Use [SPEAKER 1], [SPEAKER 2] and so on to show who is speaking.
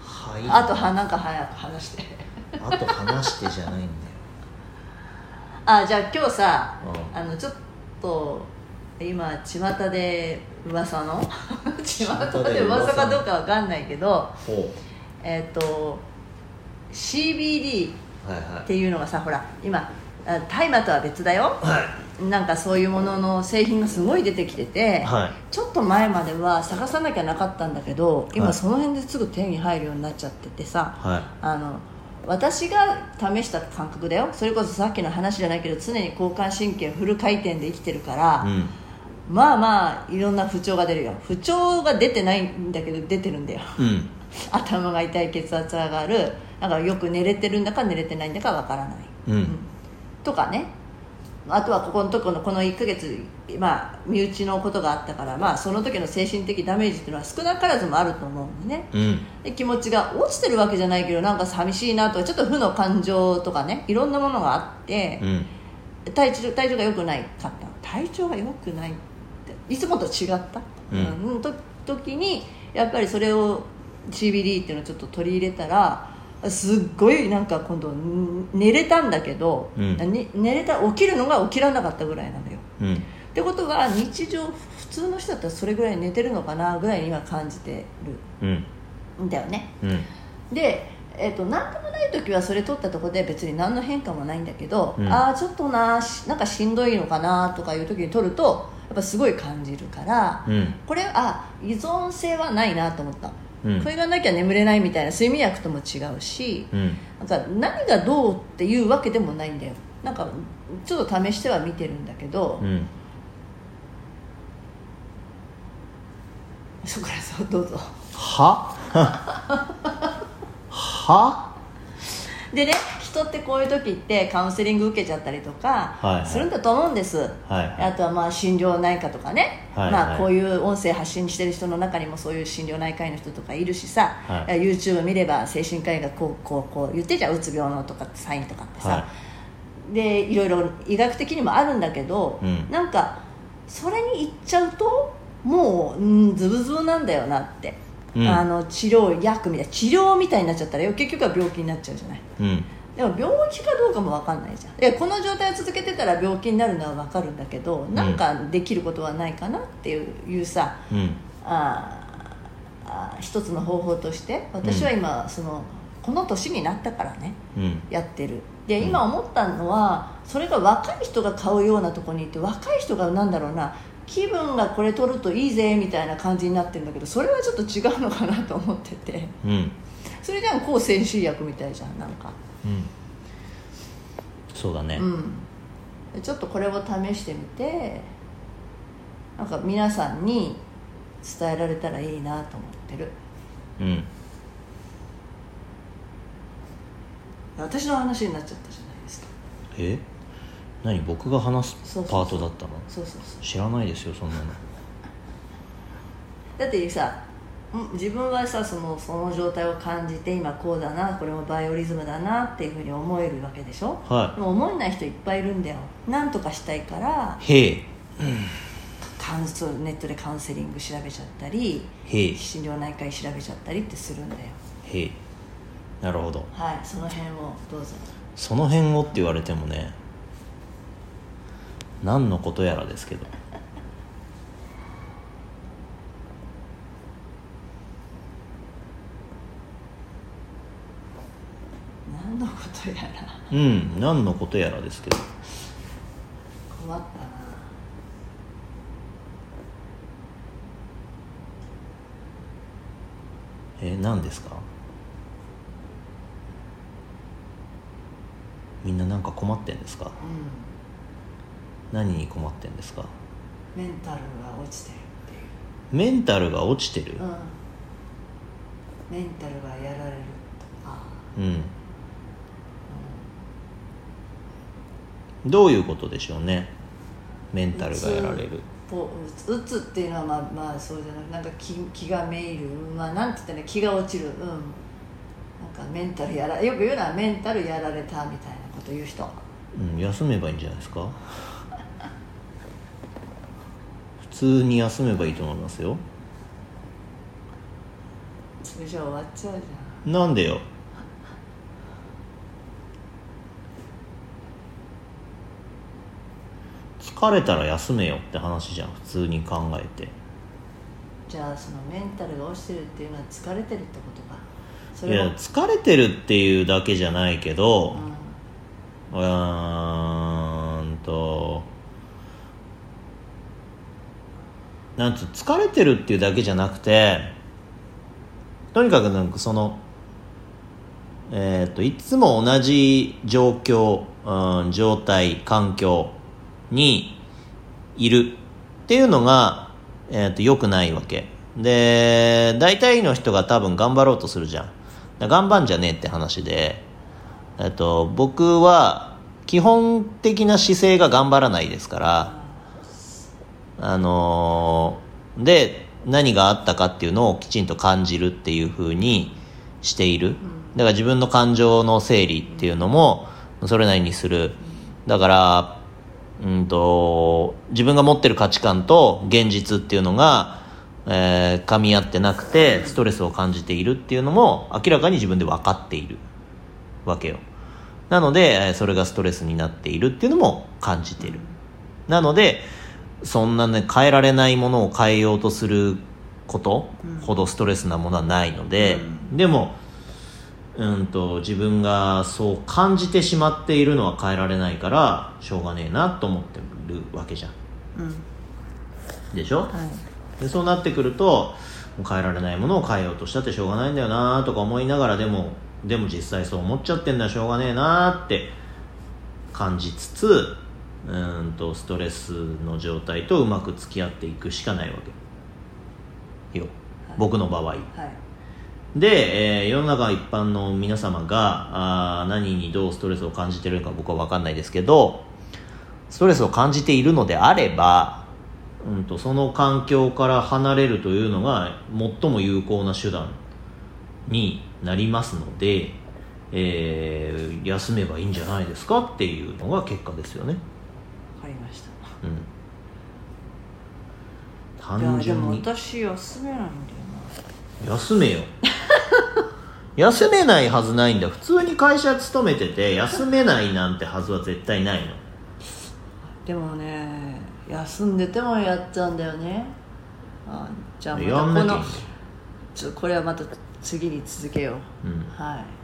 [SPEAKER 1] 可愛い
[SPEAKER 2] あとはなんか早く話して
[SPEAKER 1] あと話してじゃないんだよ
[SPEAKER 2] あじゃあ今日さ
[SPEAKER 1] うん
[SPEAKER 2] あのちょっと今巷で噂 の巷で噂かどうかわかんないけど
[SPEAKER 1] ほ
[SPEAKER 2] えっ、と CBD
[SPEAKER 1] うはい
[SPEAKER 2] っ
[SPEAKER 1] は
[SPEAKER 2] ていうのがさほら今あ大麻とは別だよ
[SPEAKER 1] いは
[SPEAKER 2] なんかそういうものの製品がすごい出てきてて、
[SPEAKER 1] いはい
[SPEAKER 2] ちょっと前までは探さなきゃなかったんだけど
[SPEAKER 1] は
[SPEAKER 2] 今
[SPEAKER 1] い
[SPEAKER 2] その辺ですぐ手に入るようになっちゃっててさ
[SPEAKER 1] は
[SPEAKER 2] あの私が試した感覚だよそれこそさっきの話じゃないけど常に交感神経フル回転で生きてるから
[SPEAKER 1] い、うん
[SPEAKER 2] まあまあいろんな不調が出るよ不調が出てないんだけど出てるんだよ
[SPEAKER 1] うん
[SPEAKER 2] 頭が痛い血圧上がるだからよく寝れてるんだか寝れてないんだかわからない
[SPEAKER 1] うん
[SPEAKER 2] とかねあとはここのとこのこの1ヶ月、まあ、身内のことがあったから、まあ、その時の精神的ダメージっていうのは少なからずもあると思うんでね
[SPEAKER 1] うん
[SPEAKER 2] で気持ちが落ちてるわけじゃないけどなんか寂しいなとかちょっと負の感情とかねいろんなものがあって
[SPEAKER 1] うん
[SPEAKER 2] 体調体調が良くないかった体調が良くないっていつもと違った、
[SPEAKER 1] うん
[SPEAKER 2] うんと時にやっぱりそれを CBD っていうのをちょっと取り入れたらすっごいなんか今度ん寝れたんだけど、
[SPEAKER 1] うん
[SPEAKER 2] に寝れた起きるのが起きらなかったぐらいなのよ
[SPEAKER 1] うん
[SPEAKER 2] ってことは日常普通の人だったらそれぐらい寝てるのかなぐらいには感じて
[SPEAKER 1] うん
[SPEAKER 2] るんだよね
[SPEAKER 1] うん
[SPEAKER 2] で、えー、と何ともない時はそれ取ったところで別に何の変化もないんだけど、
[SPEAKER 1] うん
[SPEAKER 2] ああちょっとなしなんかしんどいのかなとかいう時に取るとやっぱすごい感じるから、
[SPEAKER 1] うん
[SPEAKER 2] これあ依存性はないなと思った、
[SPEAKER 1] うん
[SPEAKER 2] これがなきゃ眠れないみたいな睡眠薬とも違うし、
[SPEAKER 1] うん
[SPEAKER 2] なんか何がどうっていうわけでもないんだよなんかちょっと試しては見てるんだけど、
[SPEAKER 1] うん
[SPEAKER 2] そこからそうどうぞ
[SPEAKER 1] はは
[SPEAKER 2] でね人ってこういう時ってカウンセリング受けちゃったりと
[SPEAKER 1] はい
[SPEAKER 2] か
[SPEAKER 1] はい
[SPEAKER 2] するんだと思うんです、
[SPEAKER 1] はいはい
[SPEAKER 2] あとはまあ心療内科とかね、
[SPEAKER 1] はいはい
[SPEAKER 2] まあ、こういう音声発信してる人の中にもそういう心療内科医の人とかいるしさ、
[SPEAKER 1] は
[SPEAKER 2] YouTube 見れば精神科医がこうこうこう言ってじゃあうつ病のとかサインとかってさ、、
[SPEAKER 1] はい
[SPEAKER 2] でいろいろ医学的にもあるんだけど、
[SPEAKER 1] うん
[SPEAKER 2] なんかそれに行っちゃうともう、うん、ズブズブなんだよなって、
[SPEAKER 1] うん
[SPEAKER 2] あの治療薬みたいな治療みたいになっちゃったらよ結局は病気になっちゃうじゃない
[SPEAKER 1] うん
[SPEAKER 2] でも病気かどうかも分かんないじゃんでこの状態を続けてたら病気になるのは分かるんだけどなんかできることはないかなっていう,、いうさ
[SPEAKER 1] うん
[SPEAKER 2] あーあー一つの方法として私は今、そのこの年になったからね
[SPEAKER 1] うん
[SPEAKER 2] やってるで今思ったのはそれが若い人が買うようなとこに行って若い人がなんだろうな気分がこれ取るといいぜみたいな感じになってるんだけどそれはちょっと違うのかなと思ってて
[SPEAKER 1] うん
[SPEAKER 2] それじゃん抗精神薬みたいじゃんなんか
[SPEAKER 1] うんそうだね
[SPEAKER 2] うん、ちょっとこれを試してみてなんか皆さんに伝えられたらいいなと思ってる
[SPEAKER 1] うん
[SPEAKER 2] 私の話になっちゃったじゃないですか
[SPEAKER 1] え何僕が話す
[SPEAKER 2] そうそうそう
[SPEAKER 1] パートだったの
[SPEAKER 2] そうそうそう
[SPEAKER 1] 知らないですよそんなの
[SPEAKER 2] だってさん自分はさそのその状態を感じて今こうだなこれもバイオリズムだなっていうふうに思えるわけでしょ
[SPEAKER 1] は
[SPEAKER 2] でも思えない人いっぱいいるんだよなんとかしたいから
[SPEAKER 1] いへえ
[SPEAKER 2] カウンセネットでカウンセリング調べちゃったり
[SPEAKER 1] へえ
[SPEAKER 2] 心療内科医調べちゃったりってするんだよ
[SPEAKER 1] へえなるほど
[SPEAKER 2] はいその辺をどうぞ
[SPEAKER 1] その辺をって言われてもね何のことやらですけど
[SPEAKER 2] 何のことやら
[SPEAKER 1] うん何のことやらですけど
[SPEAKER 2] 困った
[SPEAKER 1] え何ですかみんななんか困ってんですか
[SPEAKER 2] なうん
[SPEAKER 1] 何に困ってんですか
[SPEAKER 2] メンタルが落ちてるっ
[SPEAKER 1] メンタルが落ちてる
[SPEAKER 2] ていう、うん、メンタルがやられるとか
[SPEAKER 1] うんどういうことでしょうねメンタルがやられる
[SPEAKER 2] こううつうつっていうのはまあまあそうじゃなくなんか気気がめいるまあなんて言ったらいい気が落ちるうんなんかメンタルやらよく言うのはメンタルやられたみたいなこと言う人
[SPEAKER 1] うん休めばいいんじゃないですか 普通に休めばいいと思いますよ
[SPEAKER 2] それじゃあ終わっちゃうじゃん
[SPEAKER 1] なんでよ疲れたら休めよって話じゃん普通に考えて
[SPEAKER 2] じゃあそのメンタルが落ちてるっていうのは疲れてるってことかそ
[SPEAKER 1] い
[SPEAKER 2] れは
[SPEAKER 1] や疲れてるっていうだけじゃないけど
[SPEAKER 2] うん
[SPEAKER 1] うーんとなんつう疲れてるっていうだけじゃなくてとにかくなんかそのえっ、といつも同じ状況、うん、状態環境にいるっていうのが、えー、と良くないわけで大体の人が多分頑張ろうとするじゃんだから頑張んじゃねえって話で、えっと僕は基本的な姿勢が頑張らないですからあのーで何があったかっていうのをきちんと感じるっていうふうにしているだから自分の感情の整理っていうのもそれなりにするだからうんと自分が持ってる価値観と現実っていうのが、えー噛み合ってなくてストレスを感じているっていうのも明らかに自分で分かっているわけよなのでえーそれがストレスになっているっていうのも感じてるなのでそんなね変えられないものを変えようとすることほどストレスなものはないので、でもうんと自分がそう感じてしまっているのは変えられないからしょうがねえなと思ってるわけじゃん
[SPEAKER 2] うんうん
[SPEAKER 1] でしょ
[SPEAKER 2] はい
[SPEAKER 1] でそうなってくるともう変えられないものを変えようとしたってしょうがないんだよなとか思いながらでもでも実際そう思っちゃってんだしょうがねえなって感じつつうーんとストレスの状態とうまく付き合っていくしかないわけよ僕の場合
[SPEAKER 2] はい
[SPEAKER 1] で、えー世の中一般の皆様があー何にどうストレスを感じてるのか僕は分かんないですけどストレスを感じているのであれば、うん、とその環境から離れるというのが最も有効な手段になりますので、えー休めばいいんじゃないですかっていうのが結果ですよね、
[SPEAKER 2] わかりました
[SPEAKER 1] うん、
[SPEAKER 2] いや
[SPEAKER 1] 単
[SPEAKER 2] で
[SPEAKER 1] 純
[SPEAKER 2] も
[SPEAKER 1] に
[SPEAKER 2] 私休めないんだよ
[SPEAKER 1] 休めよ休めないはずないんだ普通に会社勤めてて休めないなんてはずは絶対ないの
[SPEAKER 2] なでもね休んでてもやっちゃうんだよねあじゃあ
[SPEAKER 1] やん
[SPEAKER 2] ま
[SPEAKER 1] なきゃい
[SPEAKER 2] たこのちょこれはまた次に続けよう、
[SPEAKER 1] うん
[SPEAKER 2] はい